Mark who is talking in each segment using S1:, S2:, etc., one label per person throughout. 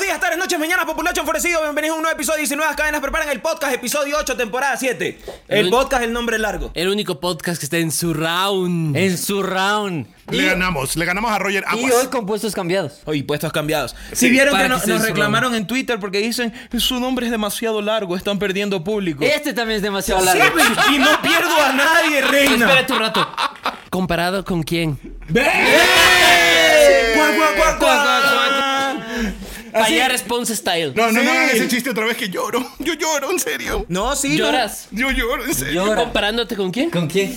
S1: días, tardes, noches, mañanas, populacho enfurecido. Bienvenidos a un nuevo episodio. de nuevas cadenas preparan el podcast, episodio 8, temporada 7. El
S2: El-
S1: podcast, el nombre largo.
S2: El único podcast que está en su round.
S3: En su round.
S4: Le ganamos, le ganamos a Roger
S3: Y
S4: Aguas.
S3: hoy compuestos cambiados.
S1: Hoy puestos cambiados. Si vieron
S2: para
S1: que
S2: que
S1: no-
S2: se
S1: nos
S2: desrobe.
S1: reclamaron en Twitter porque dicen su nombre es demasiado largo, están perdiendo público.
S2: Eh,
S3: Este también es demasiado
S1: Sí,
S3: largo.
S1: y no pierdo a nadie, reina.
S2: Espérate un rato. ¿Comparado con quién? ¡Eh!
S1: Cuac, cuac, cuac, cuac. Así-
S2: Allá Response Style.
S4: No, no,
S1: Sí.
S4: no hagan ese chiste otra vez que lloro. Yo lloro, en serio.
S1: No, sí. no.
S2: ¿Lloras?
S4: Yo lloro, en serio.
S3: Llora.
S2: ¿Comparándote con quién?
S3: ¿Con quién?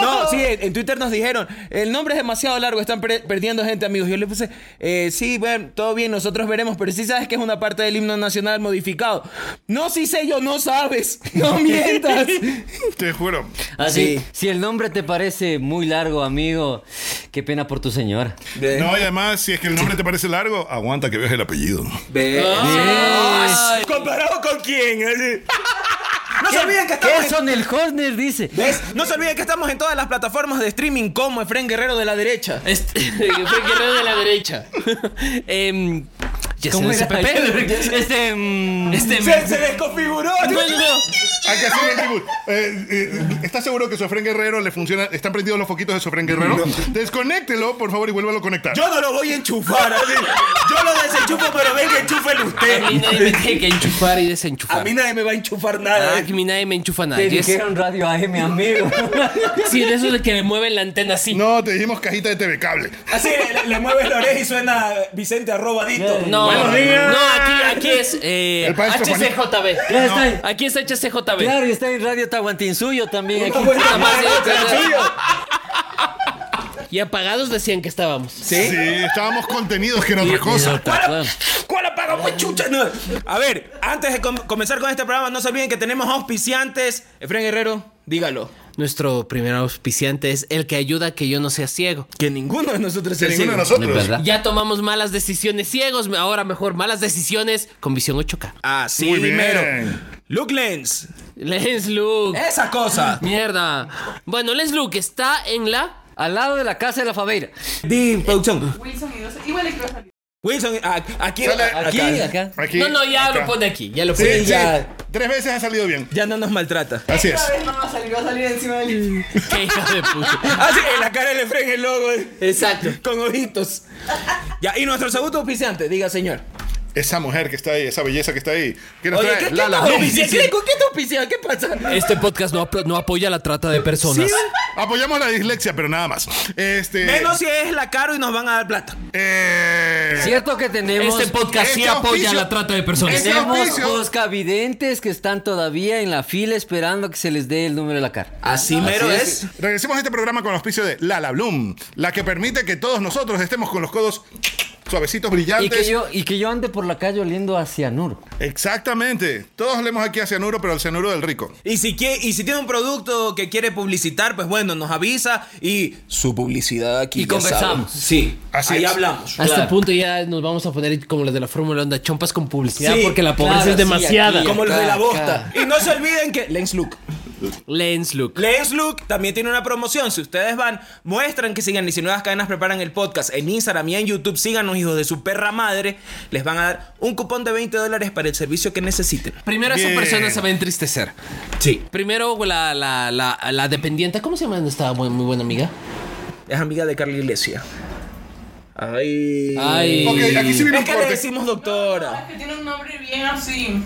S1: No, sí, en en Twitter nos dijeron, el nombre es demasiado largo, están per- perdiendo gente, amigos. Yo le puse, eh, sí, bueno, todo bien, nosotros veremos, pero sí sabes que es una parte del himno nacional modificado. No, sí sé yo, no sabes. No mientas.
S4: Te juro.
S3: Así.
S1: Sí.
S3: Ah, Si el nombre te parece muy largo, amigo, qué pena por tu señora.
S4: No, y además, si es que el nombre te parece largo, aguanta que veas el apellido.
S1: Ay. ¿Comparado con quién? Así. No se olviden que estamos
S3: ¿Qué
S1: en-
S3: son el Horner? Dice.
S1: ¿Ves? No se olviden que estamos en todas las plataformas de streaming como Efren Guerrero de la derecha.
S2: Este, Frank Guerrero de la derecha. Em, ya
S3: ¿Cómo
S2: se
S3: era?
S2: nos escapé.
S3: Este. mm,
S2: Este.
S1: Se, se desconfiguró.
S4: Hay que hacer el reboot. Eh, eh, ¿Estás seguro que Sofren Guerrero le funciona? ¿Están prendidos los foquitos de Sofren Guerrero? Desconéctelo, por favor, y vuélvalo a conectar.
S1: Yo no lo voy a enchufar. así. Yo lo desenchufo, pero venga, enchúfelo usted.
S2: A mí nadie me tiene que enchufar y
S1: A
S2: desenchufar.
S1: mí nadie me va a enchufar
S2: Ah,
S1: nada.
S2: que a mí nadie me enchufa nada.
S3: Te
S2: Yo es-
S3: dijeron radio AM, amigo.
S2: Sí, de eso de que me mueven la antena así.
S4: No, te dijimos cajita de TV cable.
S1: Así le, le mueves la oreja y suena Vicente arrobadito.
S2: No,
S4: Buenos días.
S2: no, aquí, aquí es eh,
S4: El país
S2: HCJB.
S3: Ya está en-
S2: Aquí es HCJB.
S3: Claro, y está en Radio Tahuantinsuyo también. Aquí.
S2: Nada más de-
S1: Tranquilo.
S2: Y apagados decían que estábamos.
S4: ¿Sí? estábamos contenidos que era otra cosa.
S1: ¿Cuál, cuál apaga muy chucha? No. A ver, antes de com- comenzar con este programa, no se olviden que tenemos auspiciantes. Efraín Guerrero, dígalo.
S2: Nuestro primer auspiciante es el que ayuda a que yo no sea ciego.
S1: Que ninguno de nosotros
S4: De
S1: es
S4: ninguno de
S1: ciego.
S4: nosotros.
S2: Ah. Ya tomamos malas decisiones ciegos, ahora mejor malas decisiones con visión 8K.
S1: Así
S4: Muy bien.
S1: mero. Look Lens.
S2: Lens Luke.
S1: Esa cosa.
S2: Mierda. Bueno, Lens Luke está en la...
S3: Al lado de la casa de la Faveira.
S1: Di, producción.
S5: Wilson y dos. Igual le quiero salir.
S1: Wilson, a- aquí,
S4: Sale
S1: aquí,
S3: Acá,
S1: acá.
S3: acá.
S4: Aquí,
S2: no, no, ya
S4: acá.
S2: lo pone aquí. Ya lo
S4: Sí,
S2: pone.
S4: sí.
S1: ya.
S4: Tres veces ha salido bien.
S1: Ya no nos maltrata.
S4: Así es.
S5: Esta vez no va a salir, va a salir encima del.
S2: Qué hija de puta.
S1: Así, Ah, en la cara le Efraín el logo. eh.
S2: Exacto.
S1: Con ojitos. Ya, y nuestro segundo auspiciante, diga señor.
S4: Esa mujer que está ahí, esa belleza que está ahí. ¿Qué nos
S1: Oye,
S4: trae?
S1: ¿qué, qué
S4: Lala
S1: te
S4: Blum.
S1: auspicia? ¿Qué, con qué te auspicia? ¿Qué pasa?
S2: Este podcast no, apro- no apoya la trata de personas.
S4: Apoyamos la dislexia, pero nada más. Este.
S1: Menos si es la caro y nos van a dar plata.
S4: eh,
S3: Cierto que tenemos.
S2: Este podcast sí
S4: Este
S2: apoya
S4: oficio-
S2: la trata de personas.
S4: Este
S3: Tenemos
S4: oficio.
S3: buscavidentes que están todavía en la fila esperando que se les dé el número de la cara.
S1: Así mero
S3: Así
S1: es.
S3: es.
S4: Regresemos a este programa con el auspicio de Lala Bloom, la que permite que todos nosotros estemos con los codos suavecitos,
S3: Y
S4: brillantes.
S3: que, yo, y que yo ande por la calle oliendo a cianuro.
S4: Exactamente. Todos olemos aquí a cianuro, pero el cianuro del rico.
S1: Y si, quie- y si tiene un producto que quiere publicitar, pues bueno, nos avisa y su publicidad aquí.
S3: Y
S1: ya saben.
S3: conversamos.
S1: Sí,
S4: Así
S1: ahí
S4: es.
S1: hablamos.
S2: A este
S3: Claro.
S2: punto ya nos vamos a poner como las de la Fórmula Onda, chompas con publicidad,
S1: Sí,
S2: porque la pobreza
S3: claro,
S2: es
S3: sí,
S2: demasiada.
S3: aquí.
S1: Como los de la
S3: Acá,
S1: bosta.
S3: acá.
S1: Y no se olviden que Lens Look.
S2: Lens Look.
S1: Lens Look también tiene una promoción. Si ustedes van, muestran que sigan 19 cadenas preparan el podcast en Instagram y en YouTube. Síganos, hijos de su perra madre. Les van a dar un cupón de 20 dólares para el servicio que necesiten.
S2: Primero esa
S4: Bien.
S2: persona se va a entristecer.
S1: Sí.
S2: Primero la, la, la, la dependiente. ¿Cómo se llama esta bu- muy buena amiga?
S1: Es amiga de Carla Iglesias. Ay.
S2: Ay.
S4: Ok, aquí sí viene
S1: Es
S4: un
S1: que le
S4: corte.
S1: decimos
S5: Es
S1: doctora.
S5: que tiene un nombre bien así.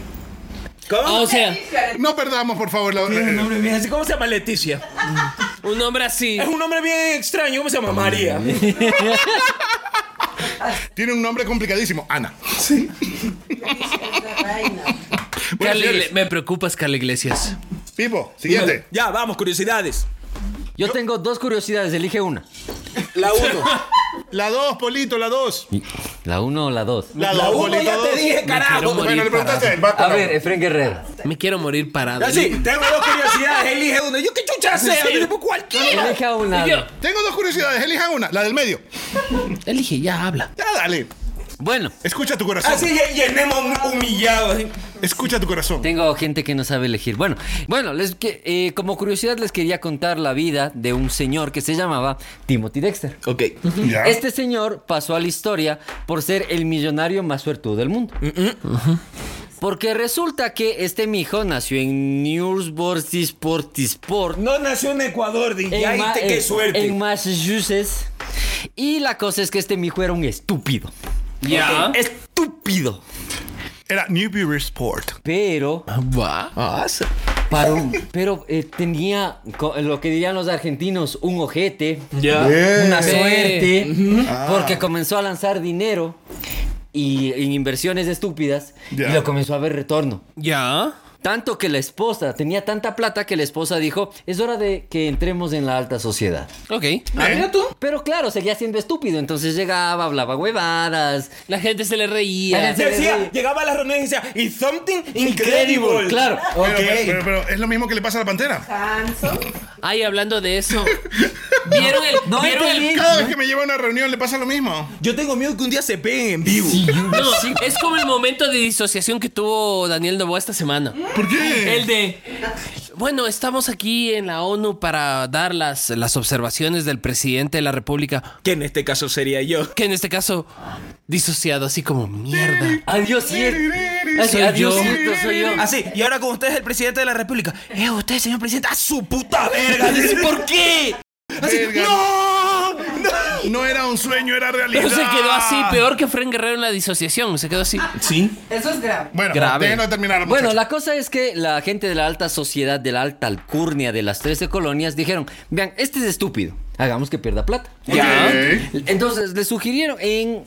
S2: Ah,
S1: ¿Cómo?
S2: o sea,
S5: Leticia,
S4: No perdamos, por favor, la.
S1: Tiene un
S4: eh,
S1: nombre bien así. ¿Cómo se llama Leticia?
S2: un hombre así.
S1: Es un nombre bien extraño. ¿Cómo se llama María?
S4: Tiene un nombre complicadísimo, Ana.
S5: Leticia, la reina.
S4: Bueno,
S2: Carla
S4: señores,
S2: Igle- me preocupas, Carla Iglesias.
S4: Pipo, siguiente.
S1: Ya, vamos, curiosidades.
S3: Yo tengo dos curiosidades, elige una.
S1: La 1.
S4: La 2, Polito, la 2.
S3: ¿La uno o la dos?
S4: La
S1: La
S4: 2,
S1: 1
S4: Polito,
S1: ya te
S4: 2.
S1: dije, eh. carajo.
S2: quiero morir.
S4: Bueno, le preguntaste a él, va
S3: A
S4: con-
S3: ver, Efren Guerrero.
S2: Me quiero morir parado.
S1: Ya sí, tengo dos curiosidades. Elige una. Yo qué chucha sea. Yo tipo cualquiera.
S3: Elige a una.
S2: Yo-
S4: Tengo dos curiosidades, elijan una, la del medio.
S2: Elige, ya habla.
S4: Ya, dale.
S3: Bueno,
S4: Escucha tu corazón.
S1: Así lle- llenemos un- humillado. así.
S4: Escucha tu corazón.
S3: tengo gente que no sabe elegir. Bueno, bueno, les, que- eh, como curiosidad les quería contar la vida de un señor que se llamaba Timothy Dexter.
S1: Ok.
S4: Ya.
S3: Este señor pasó a la historia por ser el millonario más suertudo del mundo.
S1: Mm,
S3: Porque resulta que este mijo nació en Newsboard Sport Sport.
S1: No nació en Ecuador, DJ.
S3: en
S1: Ahí
S3: Ma-
S1: te- qué
S3: en-
S1: suerte.
S3: En Massachusetts. Y la cosa es que este mijo era un estúpido.
S2: Ya.
S3: Estúpido.
S4: Era Newbury Sport.
S3: Pero,
S1: Ah, sí.
S3: para un- pero eh, tenía co- lo que dirían los argentinos, un ojete,
S2: Ya.
S3: una
S4: Bien.
S3: suerte, Ah. porque comenzó a lanzar dinero y en inversiones estúpidas
S4: Ya.
S3: y lo comenzó a ver retorno.
S2: Ya.
S3: Tanto que la esposa tenía tanta plata que la esposa dijo, es hora de que entremos en la alta sociedad.
S2: Ok.
S1: Ah, mira tú.
S3: Pero claro, seguía siendo estúpido, entonces llegaba, hablaba huevadas,
S2: La gente se le reía.
S3: La gente-
S1: Decía, llegaba a las reuniones y decía, it's something incredible.
S3: Claro.
S1: Ok.
S4: Pero, pero- pero es lo mismo que le pasa a la pantera.
S5: Hanson.
S2: Ay, hablando de eso. ¿Vieron el.?
S3: No
S2: ¿vieron el-
S3: entendí.
S4: Cada vez que me lleva a una reunión le pasa lo mismo.
S1: Yo tengo miedo que un día se peguen en vivo.
S2: No, es como el momento de disociación que tuvo Daniel Novoa esta semana.
S4: ¿Por qué?
S2: El de. Bueno, estamos aquí en la ONU para dar las, las observaciones del presidente de la República.
S1: Que en este caso sería yo.
S2: Que en este caso, disociado, así como mierda.
S3: Adiós, cierto.
S2: Soy
S3: Adiós,
S2: yo.
S3: cierto, soy yo.
S1: Así, y ahora como usted es el presidente de la República, eh, usted, señor presidente, a su puta verga. Dice, ¿Por qué? Así,
S4: Verga.
S1: no, no.
S4: No era un sueño, era realidad.
S2: Pero se quedó así, peor que Fren Guerrero en la disociación. Se quedó así.
S1: Sí.
S5: Ah, Eso es grave.
S4: Bueno,
S2: Grave.
S4: déjenos terminar.
S3: Bueno,
S4: muchachos.
S3: la cosa es que la gente de la alta sociedad, de la alta alcurnia de las 13 colonias, dijeron, vean, este es estúpido, hagamos que pierda plata.
S2: Ya.
S4: Ok.
S3: Entonces le sugirieron en...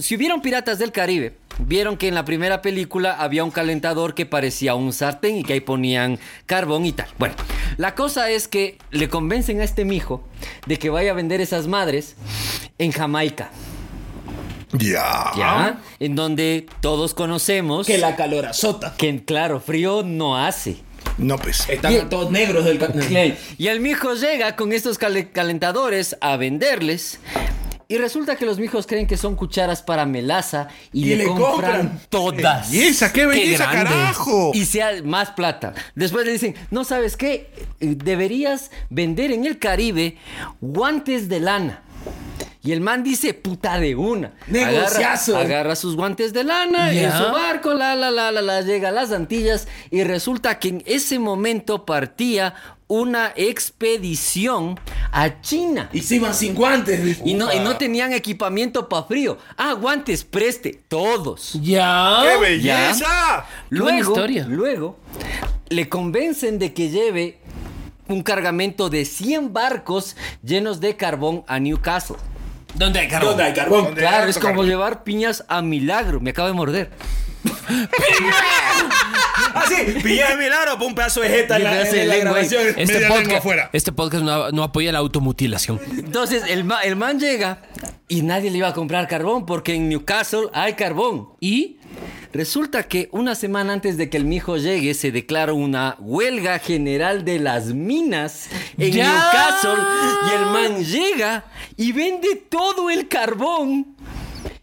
S3: Si hubieron Piratas del Caribe, vieron que en la primera película había un calentador que parecía un sartén y que ahí ponían carbón y tal. Bueno, la cosa es que le convencen a este mijo de que vaya a vender esas madres en Jamaica.
S4: Ya.
S3: ¿Ya? En donde todos conocemos
S1: Que la calor azota.
S3: que, claro, frío no hace.
S4: No, pues.
S1: Están
S3: Bien.
S1: todos negros del ca-
S3: Y el mijo llega con estos cale- calentadores a venderles. Y resulta que los mijos creen que son cucharas para melaza y, le, compran, todas.
S4: Belleza, qué belleza,
S2: grande.
S4: carajo.
S3: Y sea más plata. Después le dicen, no sabes qué, Eh, deberías vender en el Caribe guantes de lana. Y el man dice, puta de una.
S1: Negociazo.
S3: Agarra, agarra sus guantes de lana
S2: Ya.
S3: en su barco, la, la, la, la, la, llega a las Antillas y resulta que en ese momento partía una expedición a China.
S1: Y se iban sin guantes. dice.
S3: Y no, y no tenían equipamiento para frío. Ah, guantes, preste, todos.
S2: Ya.
S4: ¡Qué belleza!
S2: buena
S3: Luego,
S2: historia.
S3: luego, le convencen de que lleve un cargamento de 100 barcos llenos de carbón a Newcastle.
S2: ¿Dónde hay carbón?
S1: ¿Dónde hay carbón?
S4: ¿Dónde? De
S3: Claro,
S4: harto
S3: es como
S4: carbón.
S3: llevar piñas a milagro. Me acaba de morder.
S1: Así, pilla de milagro, pon un pedazo Ah, de jeta en
S3: Y
S1: la,
S3: me hace
S1: en la
S3: lengua ahí.
S1: grabación.
S2: Este
S4: Media lengua
S2: podcast,
S4: afuera.
S2: este podcast no, no apoya la automutilación.
S3: Entonces, el, ma- el man llega y nadie le iba a comprar carbón porque en Newcastle hay carbón.
S2: Y
S3: Resulta que una semana antes de que el mijo llegue se declaró una huelga general de las minas en
S2: ¡Ya!
S3: Newcastle y el man llega y vende todo el carbón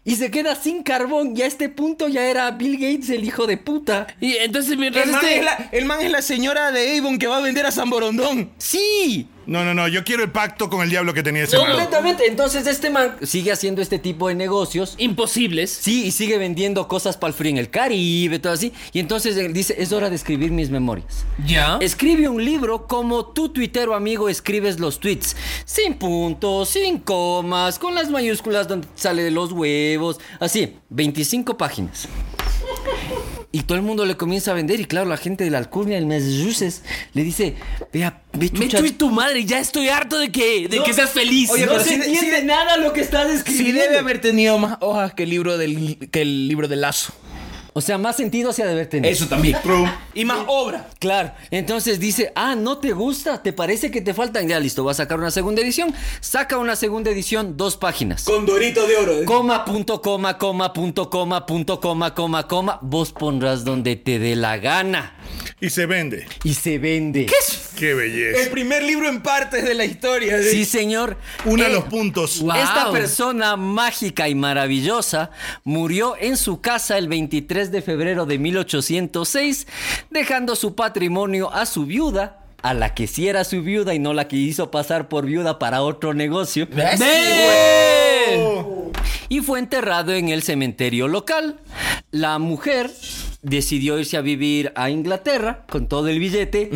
S3: y se queda sin carbón y a este punto ya era Bill Gates el hijo de puta.
S2: Y entonces mientras
S1: El man,
S2: este...
S1: es la, el man es la señora de Avon que va a vender a San Borondón.
S3: Sí,
S4: No, no, no, yo quiero el pacto con el diablo que tenía ese man.
S3: completamente. Entonces este man sigue haciendo este tipo de negocios
S2: Imposibles.
S3: Sí, y sigue vendiendo cosas para el frío en el Caribe, todo así. Y entonces él dice, es hora de escribir mis memorias.
S2: Ya.
S3: Escribe un libro como tu tuitero amigo escribes los tweets. Sin puntos, sin comas, con las mayúsculas donde sale de los huevos. Así, 25 páginas. Y todo el mundo le comienza a vender. Y claro, la gente de la alcurnia del Massachusetts le dice, vea, ve
S2: Me
S3: chucha,
S2: echo y tu madre, ya estoy harto de que, de
S3: No.
S2: que seas feliz.
S1: Oye,
S2: No
S3: no
S1: pero
S2: sé.
S3: se
S1: sí-
S3: entiende
S1: sí-
S3: nada lo que estás
S1: Sí
S3: escribiendo.
S1: debe haber tenido más hojas que el libro del, que el libro del lazo.
S3: O sea, más sentido se ha de haber tenido.
S1: también.
S4: True.
S1: Y más obra.
S3: Claro, entonces dice, ah, no te gusta, te parece que te faltan, ya listo, va a sacar una segunda edición, saca una segunda edición, dos páginas.
S1: Con dorito de oro.
S3: Coma, punto, coma, coma, punto, coma, punto, coma, coma, coma, vos pondrás donde te dé la gana.
S4: y se vende.
S3: Y se vende.
S4: ¡Qué
S1: El
S4: belleza!
S1: primer libro en partes de la historia.
S3: Sí, señor.
S4: Una
S3: Eh,
S4: de los puntos.
S2: Wow.
S3: Esta persona mágica y maravillosa murió en su casa el 23 de febrero de 1806, dejando su patrimonio a su viuda, a la que sí era su viuda y no la que hizo pasar por viuda para otro negocio. Y fue enterrado en el cementerio local. La mujer decidió irse a vivir a Inglaterra con todo el billete.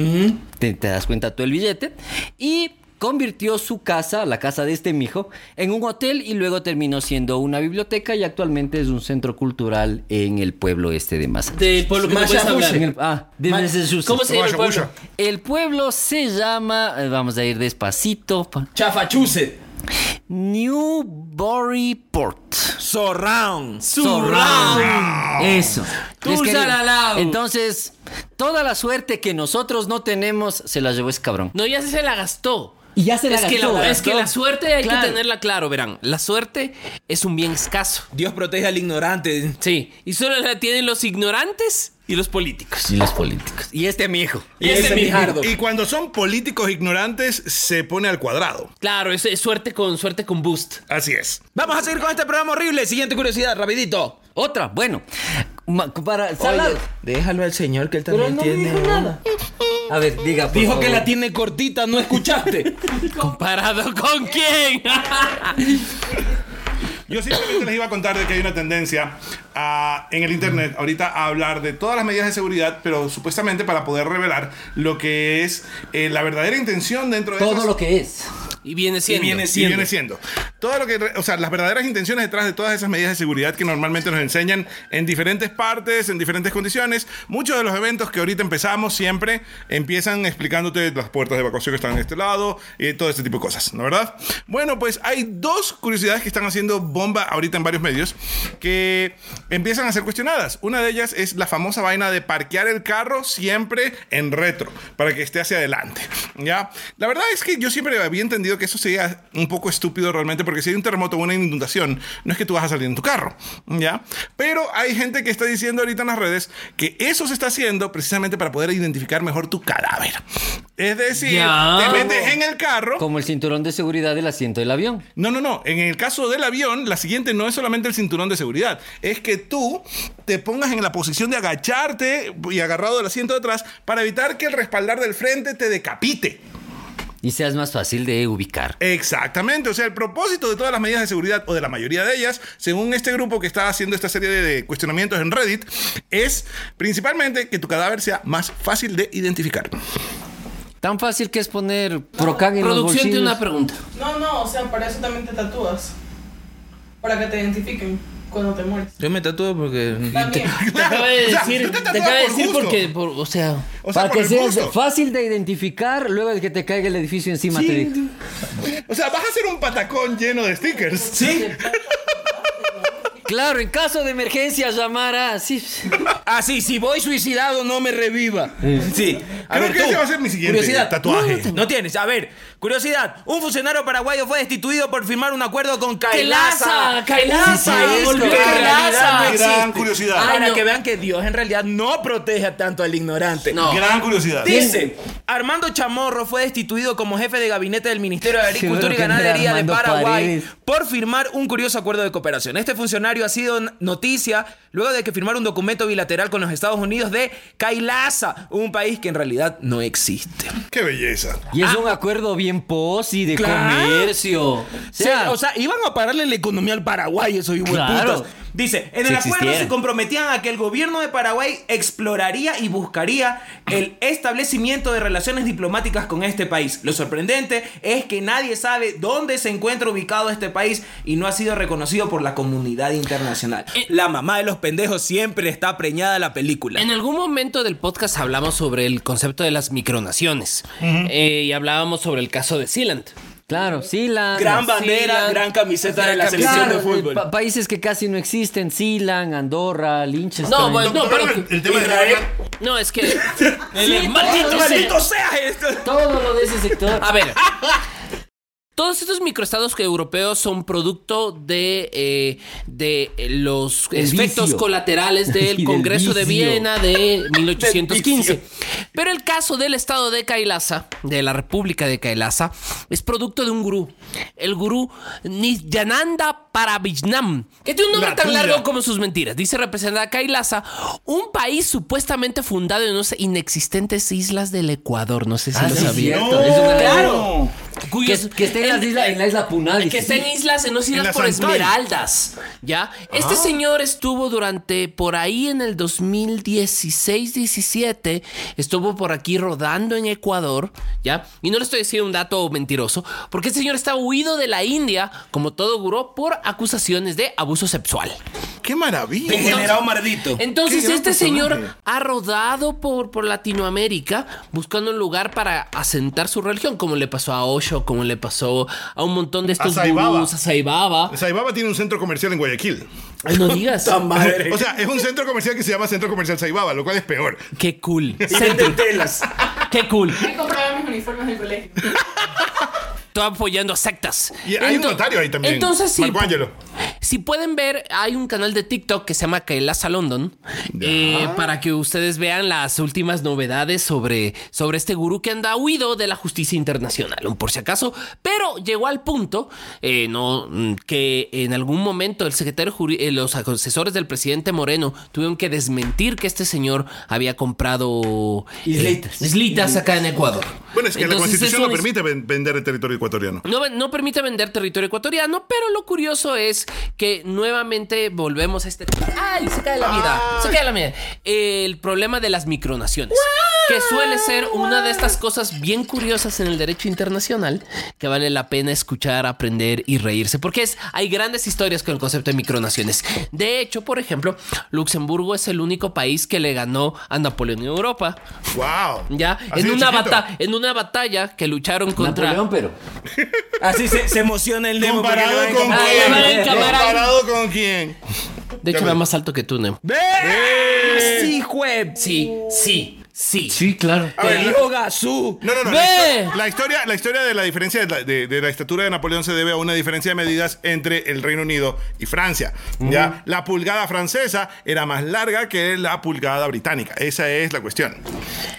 S3: te, te das cuenta todo el billete. Y convirtió su casa, la casa de este mijo, en un hotel y luego terminó siendo una biblioteca y actualmente es un centro cultural en el pueblo este de Massachusetts.
S2: Del pueblo que no puedes
S1: Massachusetts.
S3: En
S2: hablar.
S3: el- ah, de Massachusetts.
S2: ¿Cómo se llama el pueblo?
S4: Massachusetts.
S3: El pueblo se llama, eh, vamos a ir despacito, pa-
S1: Chafachuse.
S3: Newburyport.
S1: Surround.
S3: Surround. Eso.
S2: Tú
S3: Les quería-
S2: salalao.
S3: Entonces, toda la suerte que nosotros no tenemos se la llevó ese cabrón.
S2: No, ya se la gastó.
S3: Y ya se la
S2: es que
S3: gastó,
S2: la,
S3: la
S2: Es que
S3: gastó.
S2: la suerte hay
S3: Claro.
S2: que tenerla claro, verán. La suerte es un bien escaso.
S1: Dios protege al ignorante.
S2: Sí. Y solo la tienen los ignorantes y los políticos.
S3: Y los políticos. Y este mi hijo.
S2: Y ese mijardo.
S4: Y cuando son políticos ignorantes, se pone al cuadrado.
S2: Claro, es, es suerte con suerte con boost.
S4: Así es.
S1: Vamos a seguir con este programa horrible. Siguiente curiosidad, rapidito.
S3: Otra, bueno. Ma- Para, Salado.
S1: déjalo al señor que él
S3: Pero no me dijo nada. A ver, diga. por
S1: Dijo que
S3: favor.
S1: la tiene cortita, ¿no escuchaste?
S2: ¿Comparado
S3: Eh,
S2: con quién?
S4: Yo simplemente les iba a contar de que hay una tendencia a- en el internet ahorita a hablar de todas las medidas de seguridad, pero supuestamente para poder revelar lo que es eh, la verdadera intención dentro de
S3: Todo
S4: esas-
S3: lo que es.
S2: y viene siendo.
S4: Y viene siendo. Todo lo que, re- o sea, las verdaderas intenciones detrás de todas esas medidas de seguridad que normalmente nos enseñan en diferentes partes, en diferentes condiciones. Muchos de los eventos que ahorita empezamos siempre empiezan explicándote las puertas de evacuación que están en este lado y todo este tipo de cosas, ¿no verdad? Bueno, pues hay dos curiosidades que están haciendo bomba ahorita en varios medios que empiezan a ser cuestionadas. Una de ellas es la famosa vaina de parquear el carro siempre en retro para que esté hacia adelante, ¿ya? La verdad es que yo siempre había entendido que eso sería un poco estúpido realmente porque si hay un terremoto o una inundación, no es que tú vas a salir en tu carro, ¿ya? Pero hay gente que está diciendo ahorita en las redes que eso se está haciendo precisamente para poder identificar mejor tu cadáver. Es decir,
S2: Ya.
S4: te metes en el carro
S3: Como el cinturón de seguridad del asiento del avión.
S4: no, no, no. En el caso del avión, la siguiente no es solamente el cinturón de seguridad. Es que tú te pongas en la posición de agacharte y agarrado del asiento de atrás para evitar que el respaldar del frente te decapite.
S3: Y seas más fácil de ubicar.
S4: Exactamente, o sea, el propósito de todas las medidas de seguridad, o de la mayoría de ellas, según este grupo que está haciendo esta serie de, de cuestionamientos en Reddit, es principalmente que tu cadáver sea más fácil de identificar.
S3: Tan fácil que es poner Procan en los
S2: Producción
S3: bolsillos.
S2: tiene una pregunta.
S5: No, no, o sea, para eso también te tatúas. Para que te identifiquen cuando te mueres.
S1: Yo me tatúo porque.
S5: También.
S2: Te acaba de
S4: O sea,
S2: decir,
S4: tú te
S2: te
S4: tatúas
S2: acaba de
S4: por
S2: decir
S4: gusto.
S2: porque, por- o sea,
S4: O sea,
S3: para
S4: por
S3: que
S4: el
S3: sea
S4: gusto.
S3: fácil de identificar luego de que te caiga el edificio encima. te digo.
S4: O sea, vas a hacer un patacón lleno de stickers.
S1: Sí.
S3: Claro, en caso de emergencia llamar a... Sí.
S1: Así, Ah, si voy suicidado, no me reviva. Sí. A
S4: Creo
S1: ver,
S4: que
S1: tú.
S4: ese va a ser mi siguiente
S1: Curiosidad.
S4: tatuaje.
S1: No, tienes. A ver, curiosidad. Un funcionario paraguayo fue destituido por firmar un acuerdo con Kailasa.
S2: Kailaza, Kailaza,
S1: Sí, sí,
S2: volvió
S1: es que en
S2: Kailaza.
S1: realidad no
S4: Gran
S1: existe.
S4: curiosidad.
S2: Ay,
S1: Para
S2: no.
S1: que vean que Dios en realidad no protege tanto al ignorante.
S2: No.
S4: Gran curiosidad.
S1: Dice, Armando Chamorro fue destituido como jefe de gabinete del Ministerio de Agricultura
S3: bueno
S1: y
S3: que no era
S1: Ganadería de
S3: Armando
S1: Paraguay
S3: Paredes.
S1: por firmar un curioso acuerdo de cooperación. Este funcionario ha sido n- noticia luego de que firmara un documento bilateral con los Estados Unidos de Kailasa, un país que en realidad no existe.
S4: Qué belleza.
S3: Y es un acuerdo bien posi de
S1: Claro.
S3: comercio. O
S1: Sí,
S3: sea,
S1: o sea, iban a pararle la economía al Paraguay, esos
S3: Claro.
S1: hueputos. Dice, en
S3: Si
S1: el acuerdo
S3: existiera.
S1: se comprometían a que el gobierno de Paraguay exploraría y buscaría el establecimiento de relaciones diplomáticas con este país. Lo sorprendente es que nadie sabe dónde se encuentra ubicado este país y no ha sido reconocido por la comunidad internacional.
S2: Eh.
S1: la mamá de los pendejos siempre está preñada de la película.
S2: En algún momento del podcast hablamos sobre el concepto de las micronaciones Eh, y hablábamos sobre el caso de Sealand.
S3: claro, sí, la...
S1: gran
S3: la-
S1: bandera,
S2: la-
S1: gran camiseta de la
S2: Gran
S1: selección
S2: camiseta.
S1: de fútbol.
S3: pa- países que casi no existen, Silan, Andorra, Liechtenstein.
S2: No, bueno, no, pero
S4: el tema de Arabia-
S2: no es que
S1: El-
S2: Sí, maldito sea.
S1: ¡Maldito sea esto!
S2: Ah,
S3: Ah, Todo lo de ese sector.
S2: A ver. Todos estos microestados que europeos son producto de, eh, de eh, los
S3: El
S2: efectos
S3: vicio.
S2: colaterales del
S3: Y del
S2: Congreso de
S3: vicio.
S2: Viena de 1815.
S3: Del
S2: Pero el caso del estado de Kailasa, de la República de Kailasa, es producto de un gurú. El gurú Nityananda Parabijnam, que tiene un nombre
S4: La
S2: tan
S4: tuya.
S2: largo como sus mentiras. Dice representada Kailasa, un país supuestamente fundado en unas inexistentes islas del Ecuador. No sé si lo
S3: Ah, sí,
S2: sabía.
S3: cierto, es una-
S2: Claro.
S3: Que, que esté en, las islas- en la isla Punal.
S2: Que está en islas, en unas
S4: En
S2: islas
S4: las
S2: por
S4: Antay.
S2: esmeraldas. ¿Ya?
S3: Ah.
S2: Este señor estuvo durante por ahí en el 2016-17. Estuvo por aquí rodando en Ecuador. ¿Ya? Y no le estoy diciendo un dato mentiroso. Porque este señor está huido de la India, como todo gurú, por acusaciones de abuso sexual.
S4: ¡Qué maravilla!
S6: Degenerado mardito.
S2: Entonces
S4: Qué gran
S2: este
S4: personaje.
S2: señor ha rodado por, por Latinoamérica buscando un lugar para asentar su religión, como le pasó a Osho, como le pasó a un montón de estos
S4: A Sai Baba.
S2: gurús, a Saibaba.
S4: Saibaba tiene un centro comercial en Guayaquil.
S2: No digas.
S6: Puta madre.
S4: O sea, es un centro comercial que se llama Centro Comercial Saibaba, lo cual es peor.
S2: Qué cool.
S6: Y venden telas.
S2: Qué cool.
S5: Ahí compraba mis uniformes del colegio.
S2: Estoy apoyando a sectas.
S4: Y hay un
S2: Ento-
S4: notario ahí también.
S2: Entonces sí.
S4: Marco Ángelo.
S2: Si pueden ver, hay un canal de TikTok que se llama Kailasa London eh, para que ustedes vean las últimas novedades sobre, sobre este gurú que anda huido de la justicia internacional, un por si acaso, pero llegó al punto eh, no, mm, que en algún momento el secretario, juri- eh, los asesores del presidente Moreno tuvieron que desmentir que este señor había comprado eh,
S3: Islitas.
S2: islitas acá en Ecuador.
S4: Bueno, es que la
S2: Entonces,
S4: constitución
S2: eso
S4: no
S2: es-
S4: permite ven- vender el territorio ecuatoriano.
S2: no, no permite vender territorio ecuatoriano, pero lo curioso es que nuevamente volvemos a este... ¡Ay! Se cae la vida. Se cae la vida. El problema de las micronaciones. Que suele ser una de estas cosas bien curiosas en el derecho internacional que vale la pena escuchar, aprender y reírse. Porque es, hay grandes historias con el concepto de micronaciones. De hecho, por ejemplo, Luxemburgo es el único país que le ganó a Napoleón en Europa.
S4: ¡Wow!
S2: Ya,
S4: Así
S2: en
S4: de
S2: una,
S4: Ah, chiquito.
S2: bata- en una batalla que lucharon contra...
S3: Napoleón, pero.
S6: Así se, se emociona el Nemo. porque le
S4: ¿Comparado
S6: va a
S4: con
S6: encontrar-
S2: Ay,
S4: quién?
S2: ay, ay, camarada.
S4: ¿Comparado con quién?
S2: De hecho,
S4: Ya
S2: va
S4: me-
S2: más alto que tú, Nemo.
S1: ¡Ve! ¡Sí, jue!
S2: Sí, sí, sí.
S3: claro.
S1: ¡Te digo Gazú!
S4: No, no, no.
S2: ¡Ve!
S4: La, histo- la historia, la historia de la diferencia de la, de- de la estatura de Napoleón se debe a una diferencia de medidas entre el Reino Unido y Francia. ¿ya? La pulgada francesa era más larga que la pulgada británica. Esa es la cuestión.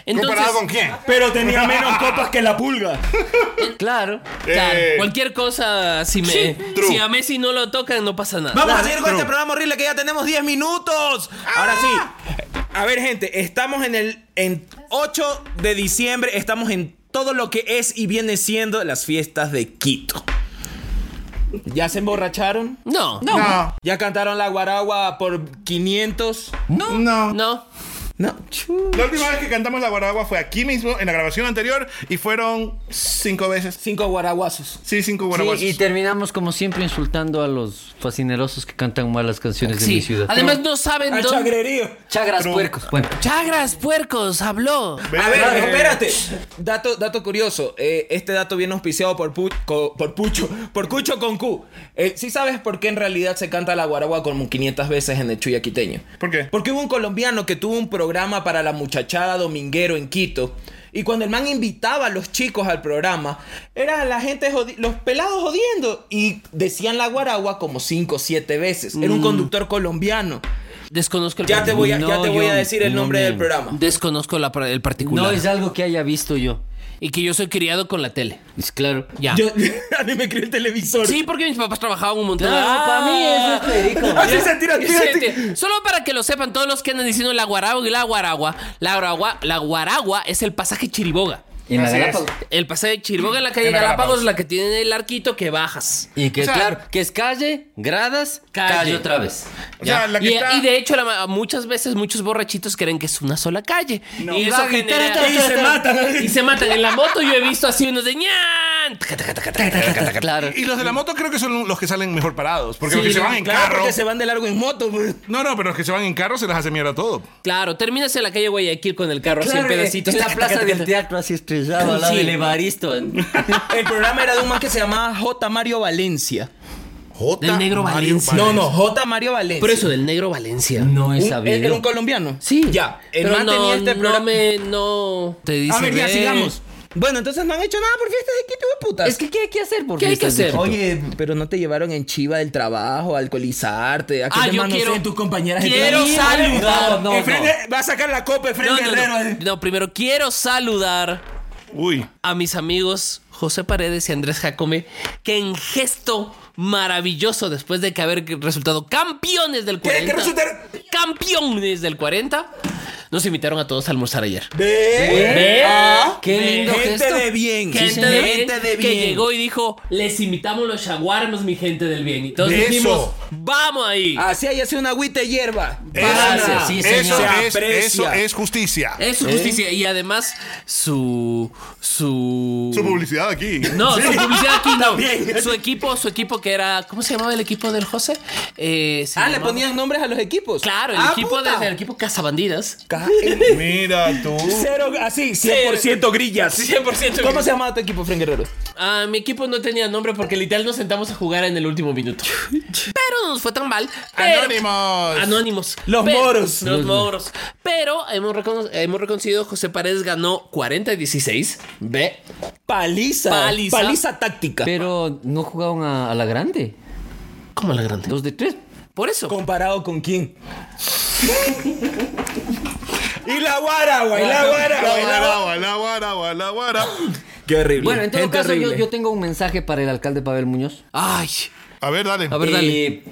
S4: ¿Comparado con quién?
S6: Pero tenía menos copas que la pulga.
S2: Claro, claro.
S4: Eh.
S2: Cualquier cosa, si, me,
S4: true.
S2: si a Messi no lo tocan, no pasa nada.
S1: Vamos a seguir con este programa horrible que ya tenemos 10 minutos.
S6: Ah.
S1: Ahora sí. A ver, gente, estamos en el en 8 de diciembre, estamos en todo lo que es y viene siendo las fiestas de Quito. ¿Ya se emborracharon?
S2: No, no,
S4: No.
S1: ¿Ya cantaron la guaragua por 500?
S4: No. no.
S2: no.
S1: No. chu.
S4: La última vez que cantamos la guaragua fue aquí mismo, en la grabación anterior, y fueron cinco veces.
S1: Cinco guaraguazos.
S4: Sí, cinco guaraguas.
S3: y
S2: pues-
S3: terminamos como siempre insultando a los fascinerosos que cantan malas canciones de mi
S2: Sí.
S3: ciudad.
S2: Además, no saben
S1: Al
S2: dónde.
S1: chagrerío.
S3: Chagras puercos. Bueno.
S2: Chagras, puercos, habló.
S1: A ver,
S4: Eh,
S1: espérate. Dato, dato curioso. eh, este dato viene auspiciado por, Pu- co- por Pucho. Por Cucho con Q. Eh, ¿Sí sabes por qué en realidad se canta la guaragua como 500 veces en el chuyaquiteño?
S4: ¿Por qué?
S1: Porque hubo un colombiano que tuvo un programa para la muchachada dominguero en Quito. Y cuando el man invitaba a los chicos al programa, era la gente, jodi- los pelados jodiendo. Y decían la guaragua como 5 o 7 veces. Era un conductor colombiano.
S2: Desconozco el
S1: Mm. Ya te voy a, ya
S3: No,
S1: te voy a
S3: yo
S1: decir el
S3: no
S1: nombre del
S3: me-
S1: programa.
S2: Desconozco la par- el particular.
S3: No es algo que haya visto yo.
S2: Y que yo soy criado con la tele.
S3: Es claro.
S2: Ya.
S1: Yo, a mí me creí el televisor.
S2: Sí, porque mis papás trabajaban un montón.
S3: Claro,
S2: Ah.
S3: para mí eso es este perico.
S1: Así se tira,
S2: Sí,
S1: tira, tira.
S2: te- Solo para que lo sepan todos los que andan diciendo la guaragua y la guaragua, la guaragua, la guaragua es el pasaje Chiriboga.
S3: En la
S4: Así es.
S3: Galápagos.
S2: El pasaje Chiriboga en la calle
S4: En la Galápagos.
S2: Galápagos es la que tiene el arquito que bajas.
S3: Y que
S4: O sea-
S3: claro, que es calle, gradas,
S2: Calle.
S3: calle, otra vez.
S4: O sea, la que
S2: y,
S4: está-
S2: y de hecho, la ma- muchas veces muchos borrachitos creen que es una sola calle. Y eso
S3: Va a gritar,
S2: genera-
S3: ta, ta,
S6: Y se
S3: ta,
S6: matan.
S2: Y se matan. En la moto yo he visto así unos de ñan. Taca, taca, taca, taca, taca, taca.
S3: ta. Claro.
S4: Y los de la moto creo que son los que salen mejor parados. Porque los
S2: Sí,
S4: que se van en
S1: Claro,
S4: carro.
S1: porque se van de largo en moto. pues.
S4: No, no, pero los que se van en carro se les hace mierda todo.
S2: Claro, terminas en la calle Guayaquil con el carro así en
S3: Claro, eh,
S2: pedacitos.
S3: en la
S2: Taca,
S3: plaza
S2: taca,
S3: del
S2: taca.
S3: teatro así estrellado al lado
S2: Sí.
S3: del Evaristo.
S1: El programa era de un man que se llamaba J. Mario Valencia.
S4: J.
S2: Del negro
S4: Mario
S2: Valencia.
S1: No, no, J. Mario Valencia.
S2: Por eso, del negro Valencia.
S3: No es
S1: Un- ¿Era
S3: sabido.
S1: un colombiano?
S2: Sí.
S1: Ya. El
S2: pero
S1: man
S2: no,
S1: tenía este
S2: no
S1: programa.
S2: me- no. Te dice,
S1: A ver, ya
S2: "Ve".
S1: sigamos. Bueno, entonces no han hecho nada por fiestas de Quito, de putas.
S3: Es que, ¿qué hay que hacer? Por
S2: ¿Qué hay que
S3: fiestas de
S2: hacer?
S3: Quito?
S1: Oye, pero no te llevaron en chiva del trabajo, a alcoholizarte, a que
S2: Ah,
S1: te
S2: yo
S1: manoseen
S2: quiero-
S1: tus compañeras. de
S2: quiero
S1: trabajo.
S2: saludar.
S3: No, no.
S6: Efraín va a sacar la copa, Efraín
S2: No, no,
S6: Guerrero.
S2: no. No, primero quiero saludar
S4: Uy.
S2: a mis amigos José Paredes y Andrés Jacome, que en gesto maravilloso después de que haber resultado campeones del 40.
S6: Tienen que resultar-
S2: Campeones del 40. Nos invitaron a todos a almorzar ayer.
S6: Ve.
S2: Ve.
S6: Ah.
S3: Qué lindo
S6: Gente
S3: gesto.
S6: de bien.
S2: Gente,
S6: Sí,
S2: de
S6: señor.
S2: bien,
S6: Gente de
S2: que
S6: bien.
S2: llegó y dijo, les invitamos los jaguarnos, mi gente del bien. Y todos
S6: Eso.
S2: dijimos, vamos ahí.
S1: Así hay hace una agüita de hierba.
S3: Gracias, sí,
S4: Eso
S3: señor.
S4: es,
S6: Se
S4: eso
S6: aprecia.
S4: es justicia.
S2: Es su justicia. Y además, su. Su.
S4: Su publicidad aquí.
S2: No, su publicidad aquí no.
S6: También.
S2: Su equipo, su equipo que era. ¿Cómo se llamaba el equipo del José? Eh, se
S1: Ah, le
S2: llamaba-
S1: ponían nombres a los equipos.
S2: Claro, el
S1: Ah,
S2: equipo
S1: puta.
S2: de, el equipo Cazabandidas.
S1: Ca-
S4: Mira tú.
S6: Cero, así, 100% grillas.
S2: 100%.
S1: ¿Cómo se llamaba tu equipo, Fren Guerrero?
S2: Ah, mi equipo no tenía nombre porque literal nos sentamos a jugar en el último minuto. Pero no nos fue tan mal. pero-
S4: Anónimos.
S2: Anónimos.
S6: Los
S2: Pero-
S6: moros.
S2: Los moros. Pero hemos, recono- hemos reconocido José Paredes ganó 40 y 16. Ve.
S1: Paliza.
S2: Paliza.
S1: táctica.
S3: Pero no jugaban a, a la grande.
S2: ¿Cómo la grande?
S3: Dos de tres.
S2: Por eso.
S1: ¿Comparado con quién?
S6: Y la guara, güey. La guara,
S4: La
S6: güey. la guara.
S4: guaragua, la guaragua, la guaragua.
S1: Qué horrible.
S3: Bueno, en todo
S1: Gente
S3: caso, yo,
S1: horrible.
S3: yo tengo un mensaje para el alcalde Pavel Muñoz.
S2: Ay.
S4: A ver, dale.
S2: A ver, dale.
S3: Eh,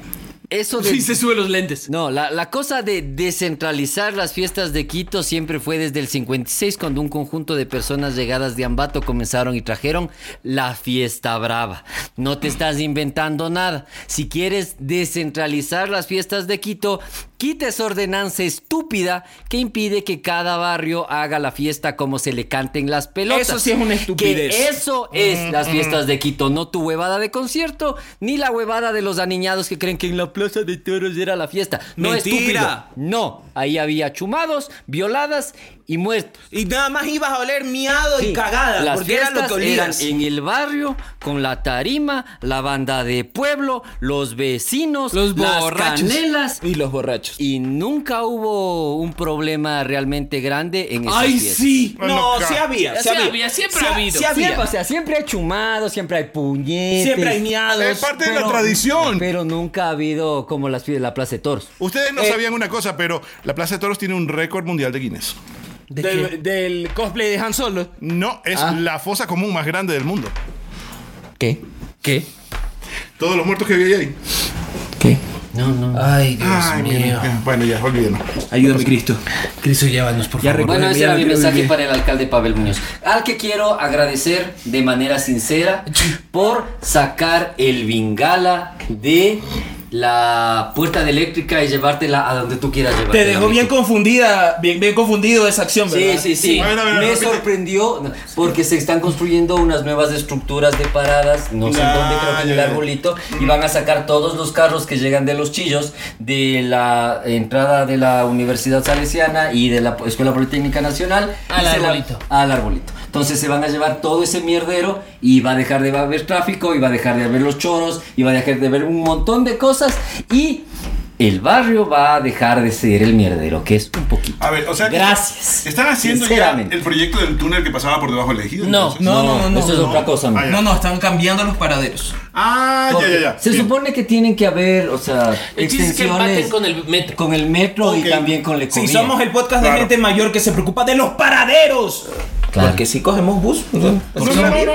S3: eso de.
S2: Sí, se sube los lentes.
S3: No, la, la cosa de descentralizar las fiestas de Quito siempre fue desde el 56 cuando un conjunto de personas llegadas de Ambato comenzaron y trajeron la fiesta brava. No te estás inventando nada. Si quieres descentralizar las fiestas de Quito, quita esa ordenanza estúpida que impide que cada barrio haga la fiesta como se le canten las pelotas.
S1: Eso sí es una
S3: Que
S1: estupidez.
S3: eso es las fiestas de Quito, no tu huevada de concierto, ni la huevada de los aniñados que creen que en la plaza de toros era la fiesta. No,
S1: Mentira.
S3: estúpido. No, ahí había chumados, violadas y muertos.
S1: Y nada más ibas a oler miado y cagada.
S3: Las
S1: porque era lo que
S3: fiestas eran
S1: olías.
S3: en el barrio, con la tarima, la banda de pueblo, los vecinos,
S2: Los
S3: las
S2: borrachos.
S3: canelas.
S1: Y los borrachos.
S3: Y nunca hubo un problema realmente grande en esas
S2: Ay,
S3: fiestas.
S2: sí.
S4: No,
S1: No,
S4: ca-
S1: sí había.
S2: Sí había, siempre
S1: Sí
S2: ha habido.
S1: Sí había.
S3: Siempre, o sea, siempre hay chumados, siempre hay puñetes.
S1: Siempre hay miados.
S4: Es parte de la
S1: pero-
S4: tradición.
S3: Pero nunca ha habido como las fiestas de la Plaza de Toros.
S4: Ustedes no
S1: Eh.
S4: sabían una cosa, pero la Plaza de Toros tiene un récord mundial de Guinness.
S2: ¿De qué?
S1: del, del cosplay de Han Solo.
S4: No, es
S2: Ah.
S4: la fosa común más grande del mundo.
S1: ¿Qué?
S2: ¿Qué?
S4: Todos los muertos que vi ahí.
S1: ¿Qué?
S2: No, no. Ay, Dios
S4: Ay,
S2: mío.
S4: mira, ya. Bueno, ya, olvídenlo.
S1: Ayúdame, Cristo.
S2: Cristo, llévanos, por
S1: Ya
S2: favor.
S1: recuerdo.
S3: Bueno, ese
S1: mira,
S3: era mi
S1: creo
S3: mensaje
S1: que-
S3: para el alcalde Pavel Muñoz, al que quiero agradecer de manera sincera por sacar el bengala de la puerta de eléctrica y llevártela a donde tú quieras llevártela.
S1: Te dejó bien
S3: Miki.
S1: confundida, bien, bien confundido esa acción,
S3: Sí,
S1: ¿verdad?
S3: sí, sí.
S4: A ver, a ver,
S3: Me
S4: repite.
S3: sorprendió porque se están construyendo unas nuevas estructuras de paradas, no sé en
S4: Ya,
S3: dónde, creo que en el
S4: ya, ya.
S3: arbolito, y van a sacar todos los carros que llegan de los chillos de la entrada de la Universidad Salesiana y de la Escuela Politécnica Nacional.
S2: Al
S3: y se la-
S2: arbolito.
S3: al arbolito. Entonces se van a llevar todo ese mierdero y va a dejar de haber tráfico, y va a dejar de haber los choros, y va a dejar de haber un montón de cosas y... El barrio va a dejar de ser el mierdero, que es un poquito.
S4: A ver, o sea que-
S3: Gracias.
S4: Están haciendo ya
S3: Sinceramente.
S4: el proyecto del túnel que pasaba por debajo del ejido.
S2: No,
S4: entonces?
S1: No, no, no, no.
S3: Eso es
S4: no.
S3: otra cosa.
S4: Ah,
S3: amigo.
S4: ya.
S1: No, no, están cambiando los paraderos.
S4: Ah, ya, ya, ya.
S3: Se
S4: Sí.
S3: supone que tienen que haber, o sea,
S2: El chiste es que empaten
S3: extensiones
S2: con el metro.
S3: con el metro
S4: Ok.
S3: y también con la
S1: Sí,
S3: economía.
S1: somos el podcast
S4: Claro.
S1: de gente mayor que se preocupa de los paraderos.
S3: Claro.
S1: Porque si cogemos bus.
S4: No, no, no, no,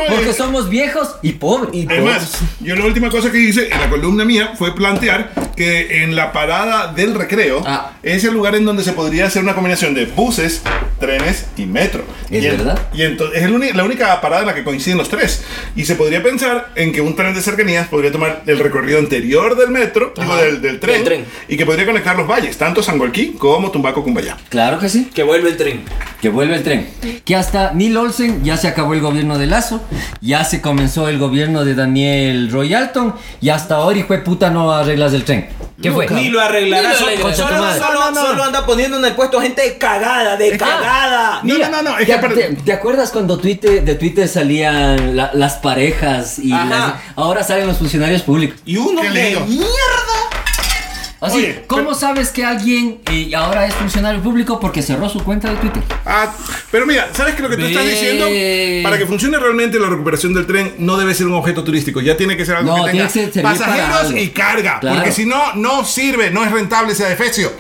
S3: Porque
S4: eh,
S3: somos viejos y pobres. Y
S4: Además, yo la última cosa que hice en la columna mía fue plantear que en la parada del recreo
S3: Ah.
S4: es el lugar en donde se podría hacer una combinación de buses, trenes y metro.
S3: Es
S4: y en-
S3: verdad.
S4: y entonces es el uni- la única parada en la que coinciden los tres. Y se podría pensar en que un tren de cercanías podría tomar el recorrido anterior del metro, digo, del, del tren,
S1: Del tren.
S4: y que podría conectar los valles, tanto Sangolquí como Tumbaco Cumbayá.
S3: Claro que sí,
S1: Que vuelve el tren.
S3: que vuelve el tren. Que hasta Neil Olsen ya se acabó el gobierno de Lazo, ya se comenzó el gobierno de Daniel Royalton y hasta ahora, hijo de puta, no arreglas el tren. ¿Qué fue?
S1: Ni lo arreglará.
S2: Ni lo
S1: Solo,
S2: arreglará.
S1: solo-
S3: Con tu madre.
S1: solo-
S3: No, no, no.
S1: solo anda poniendo en el puesto gente de cagada, de cagada.
S4: No,
S3: Mira,
S4: no, no, no, es
S3: ¿te,
S4: que-
S3: te- te acuerdas cuando Twitter, de Twitter salían la- las parejas y
S1: Ajá.
S3: las- ahora salen los funcionarios públicos?
S1: Y uno
S4: Qué
S1: de
S4: lindo.
S1: mierda.
S3: Así,
S4: Oye,
S3: ¿cómo sabes que alguien eh, ahora es funcionario público porque cerró su cuenta de Twitter?
S4: Ah, pero mira, ¿sabes que lo que tú estás
S3: Ve.
S4: diciendo? Para que funcione realmente la recuperación del tren no debe ser un objeto turístico, ya tiene que ser algo
S3: No,
S4: que
S3: tiene
S4: tenga
S3: que ser- servir para
S4: pasajeros
S3: algo.
S4: y carga,
S3: Claro.
S4: porque si no, no sirve, no es rentable ese adefesio.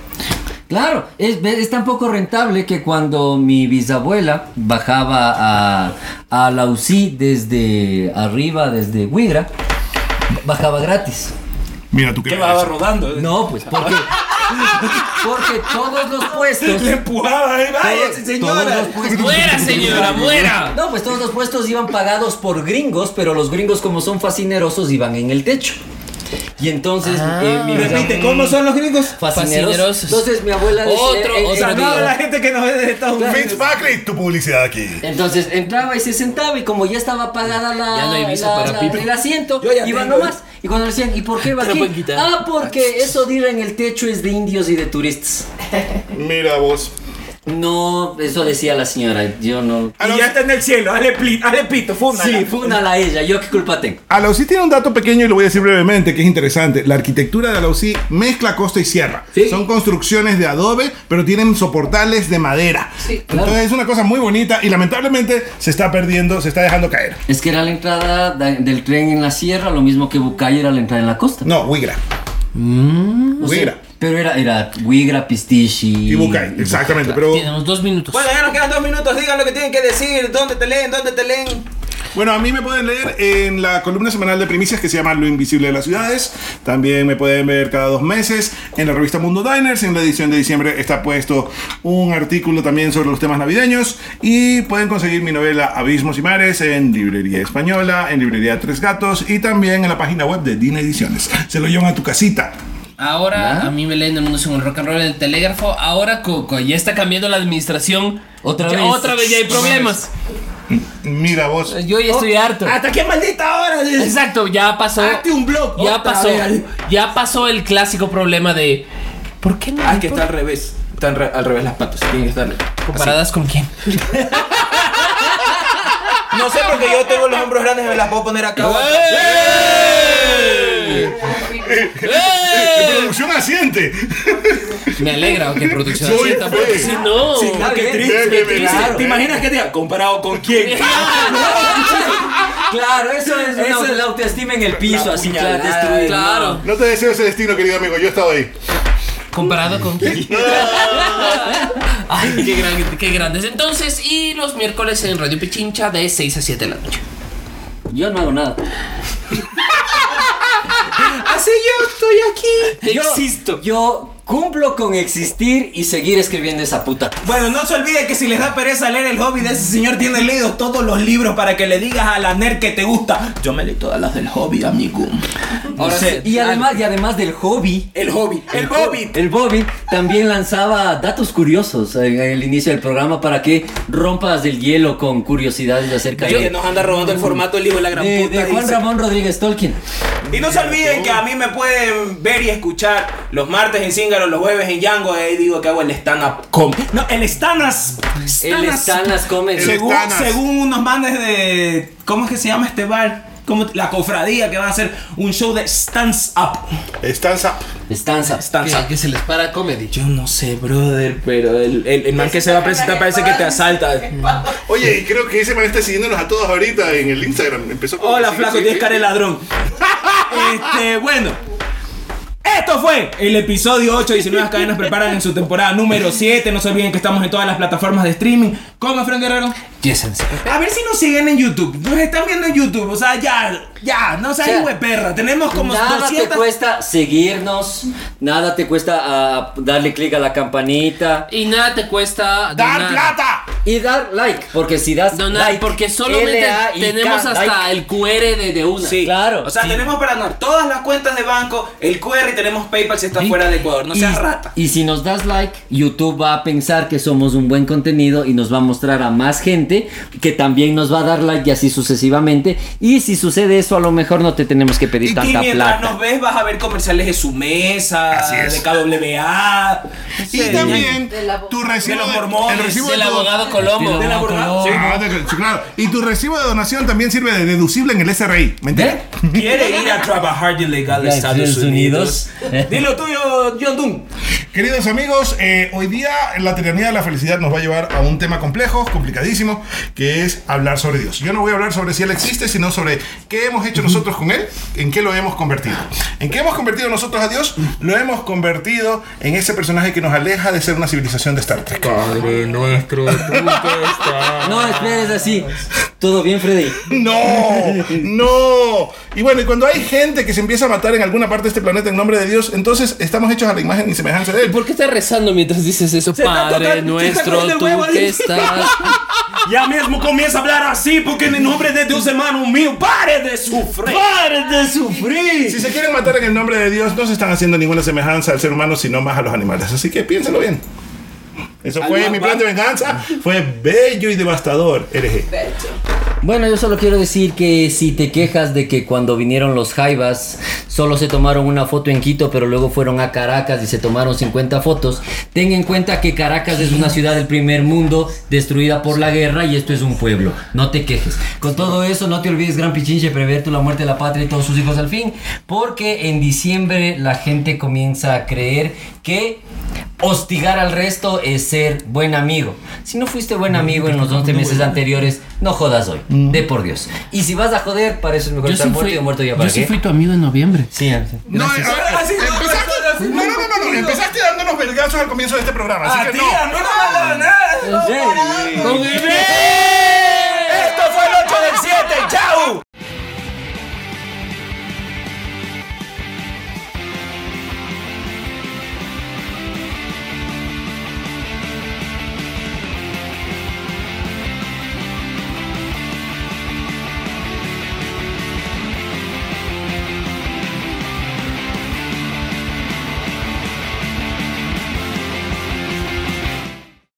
S3: Claro, es, es tan poco rentable que cuando mi bisabuela bajaba a, a la UCI desde arriba, desde Huigra, bajaba gratis.
S4: Mira tú qué
S1: ¿Qué
S4: ves.
S1: va rodando? eh.
S3: No, pues, porque, porque todos los puestos...
S1: Le empujaba, eh, váyase,
S3: todos- todos
S1: señora.
S3: los puestos-
S2: ¡Muera, señora, muera!
S3: No, pues todos los puestos iban pagados por gringos, pero los gringos como son fascinerosos iban en el techo. Y entonces eh, mi bisabuela-
S1: Repite, ¿cómo son los gringos?
S3: Fascineros.
S2: Ah. Fascinerosos.
S3: Entonces mi abuela decía,
S2: Otro-
S3: eh,
S2: otro
S3: eh,
S2: día.
S1: Saludos a la gente que nos ve desde Estados Unidos.
S4: Fitzpatrick, tu publicidad aquí.
S3: Entonces entraba y se sentaba y como ya estaba apagada la,
S2: Ya no hay visa
S3: la-
S2: para
S3: la-
S2: Pipe.
S3: el asiento,
S1: Yo ya
S3: iba
S1: tengo.
S3: nomás. Y cuando le decían, ¿y por qué va
S2: Te lo
S3: aquí?
S2: pueden quitar.
S3: Ah, porque eso de ir en el techo es de indios y de turistas.
S4: Mira vos.
S3: No, eso decía la señora, yo no...
S1: Y ya está en el cielo, hazle, pli- hazle pito, funda.
S3: Sí, fúnala a ella, yo qué culpa tengo.
S4: Alausí tiene un dato pequeño y lo voy a decir brevemente, que es interesante. La arquitectura de Alausí mezcla costa y sierra.
S3: Sí.
S4: Son construcciones de adobe, pero tienen soportales de madera.
S7: Sí,
S4: Entonces es una cosa muy bonita y lamentablemente se está perdiendo, se está dejando caer.
S3: Es que era la entrada da- del tren en la sierra, lo mismo que Bucay era la entrada en la costa.
S4: No, Wigra.
S3: Mm.
S4: Huigra.
S3: Pero era, era Huigra, Pistichi...
S4: Y Bucay, exactamente. Pero
S2: Tenemos dos minutos.
S1: Bueno, ya nos quedan dos minutos, digan lo que tienen que decir, dónde te leen, dónde te leen.
S4: bueno, a mí me pueden leer en la columna semanal de primicias que se llama Lo Invisible de las Ciudades. También me pueden ver cada dos meses en la revista Mundo Diners. En la edición de diciembre está puesto un artículo también sobre los temas navideños. Y pueden conseguir mi novela Abismos y Mares en Librería Española, en Librería Tres Gatos y también en la página web de Dina Ediciones. Se lo llevan a tu casita.
S2: Ahora a mí me leen en el mundo según el rock and roll en el telégrafo. Ahora Coco, ya está cambiando la administración.
S3: Otra
S2: Ya-
S3: vez.
S2: Otra vez ya hay problemas.
S4: Mira vos.
S2: Yo
S1: Oh,
S2: ya estoy harto.
S1: ¿Hasta qué maldita hora?
S2: Exacto, ya pasó.
S1: Hazte un blog.
S2: Ya
S1: Ah, Otra
S2: pasó.
S1: vez.
S2: Ya pasó el clásico problema de ¿Por qué no?
S1: Hay
S2: hay
S1: que
S2: por-
S1: estar al revés. Están re- al revés las patas. Tienen que estar.
S2: comparadas con quién?
S1: No sé porque yo tengo los hombros grandes, me las puedo poner acá.
S2: ¡Eh!
S4: Producción asiente.
S2: Me alegra que producción
S4: Soy
S2: asienta,
S4: fe.
S2: porque si no.
S1: Sí, no, qué triste, qué triste.
S3: Ah,
S1: ¿Te imaginas que te diga, comparado con quién?
S3: Claro, eso es
S1: Eso
S3: una-
S1: es-
S3: la autoestima en el piso, así claro,
S1: puñalada,
S3: destruida.
S2: Claro,
S4: No te deseo ese destino, querido amigo. Yo he estado ahí.
S2: comparado con quién. Ay, qué, gran- qué grandes. Entonces, y los miércoles en Radio Pichincha de 6 a 7 de la noche.
S3: Yo no hago nada.
S1: Así yo estoy aquí.
S3: Yo- Yo cumplo con existir y seguir escribiendo esa puta.
S1: Bueno, no se olvide que si les da pereza leer el hobby de ese señor, tiene leídos todos los libros para que le digas a la nerd que te gusta. Yo me leí todas las del hobby, amigo.
S3: Ahora sí. Y además, y además del hobby.
S1: El hobby. El hobby.
S3: El Bobby también lanzaba datos curiosos en el inicio del programa para que rompas el hielo con curiosidades acerca
S1: Ah, Que
S3: de,
S1: nos anda robando el formato el hijo de la gran
S3: de-
S1: puta.
S3: de Juan
S1: dice.
S3: Ramón Rodríguez Tolkien.
S1: Y no se olviden que a mí me pueden ver y escuchar los martes en Zíngaro, los jueves en Yango. Ahí digo que hago el stand-up com. No, el stand-up.
S3: El Stanas Comedy.
S4: El
S1: Según,
S4: Stanas.
S1: según unos manes de. ¿Cómo es que se llama este bar? Como la cofradía que va a hacer un show de stands up.
S4: Estanza.
S3: Stanza.
S1: Stands up.
S2: se les para comedy.
S1: Yo no sé, brother, pero el, el, el man que se va a presentar parece que te asalta.
S4: Oye, y creo que ese man está siguiéndonos a todos ahorita en el Instagram. Empezó con
S1: Hola,
S4: sí,
S1: flaco,
S4: sí,
S1: tienes
S4: sí.
S1: cara de ladrón. Este, bueno. Esto fue el episodio 8. 19 cadenas preparan en su temporada número 7. No se olviden que estamos en todas las plataformas de streaming. ¿Cómo, Fran Guerrero?
S2: Yesen.
S1: A ver si nos siguen en YouTube. Nos están viendo en YouTube. O sea, ya, ya. No seas
S3: O sea,
S1: hijo de perra. Tenemos como
S3: nada te
S1: 200.
S3: cuesta seguirnos, nada te cuesta ah, darle clic a la campanita
S2: Y nada te cuesta
S4: ¡Dar
S2: donar.
S4: plata!
S3: y dar like, porque si das
S2: Donar,
S3: like,
S2: porque solamente
S3: L-A-I-K,
S2: tenemos hasta
S3: like,
S2: el QR de, de una.
S1: Sí.
S3: Claro,
S1: O sea,
S3: sí.
S1: tenemos para no- todas las cuentas de banco, el QR y tenemos PayPal si está
S3: Sí.
S1: fuera de Ecuador. No
S3: y-
S1: seas rata.
S3: Y si nos das like, YouTube va a pensar que somos un buen contenido y nos va a mostrar a más gente gente que también nos va a dar like y así sucesivamente. Y si sucede eso, a lo mejor no te tenemos que pedir
S6: Y tú
S3: tanta
S6: mientras
S3: plata.
S6: nos ves vas a ver comerciales de su mesa,
S4: Así es.
S6: de KWA.
S4: Y también
S8: De la-
S4: tu recibo
S6: de los
S4: de-
S6: mormones,
S4: el recibo
S2: Del
S4: de tu-
S2: abogado Colombo.
S6: De la abogado. Sí.
S4: Ah, de- claro. Y tu recibo de donación también sirve de deducible en el SRI. ¿Me entiendes?
S6: Quiere ir a trabajar de legal a
S3: Ya,
S6: Estados
S3: Estados
S6: Unidos.
S3: Unidos.
S6: Dilo tuyo, John Doom.
S4: Queridos amigos, eh, hoy día la tiranía de la felicidad nos va a llevar a un tema complejo, complicadísimo, que es hablar sobre Dios. Yo no voy a hablar sobre si Él existe, sino sobre qué hemos hecho nosotros con Él, en qué lo hemos convertido. ¿En qué hemos convertido nosotros a Dios? Lo hemos convertido en ese personaje que nos aleja de ser una civilización de Star Trek.
S9: Padre nuestro, tú que estás.
S3: No, esperes así. Todo bien, Freddy.
S4: No, no. Y bueno, y cuando hay gente que se empieza a matar en alguna parte de este planeta en nombre de Dios, entonces estamos hechos a la imagen y semejanza de Él.
S2: ¿Por qué estás rezando mientras dices eso,
S6: está tocando- se
S2: Padre
S6: está
S2: nuestro?
S6: comiendo el
S2: Tú
S6: huevo,
S2: que
S6: dice.
S2: estás.
S6: Ya mismo comienza é a hablar así porque en el nombre de Dios, hermano mío, pare de sufrir.
S3: ¡Pare de sufrir!
S4: Si se quieren matar en el nombre de Dios, no se están haciendo ninguna semejanza al ser humano, sino más a los animales. Así que piénselo bien. Eso fue mi plan de venganza. Fue bello y devastador, hereje.
S3: Bueno, yo solo quiero decir que si te quejas de que cuando vinieron los Jaivas solo se tomaron una foto en Quito, pero luego fueron a Caracas y se tomaron 50 fotos, ten en cuenta que Caracas es una ciudad del primer mundo destruida por la guerra y esto es un pueblo. No te quejes. Con todo eso, no te olvides, Gran Pichinche, prever tú la muerte de la patria y todos sus hijos al fin, porque en diciembre la gente comienza a creer que Hostigar al resto es ser buen amigo. Si no fuiste buen amigo en los 11 meses anteriores, no jodas hoy. De por Dios. Y si vas a joder, para eso es mejor
S2: Mm. Yo
S3: estar
S2: sí
S3: muerto
S2: fui,
S3: y muerto ya
S2: yo
S3: para
S2: sí
S3: qué.
S2: fui tu amigo en noviembre.
S3: Sí, sí.
S4: No, eh, a-
S6: Así no,
S4: empezaste-
S6: así no,
S4: no, no, no, no, no, empezaste dándonos vergazos al comienzo de este programa. Así
S6: Ah,
S4: que no.
S6: tía, no nos va a dar nada.
S3: Con-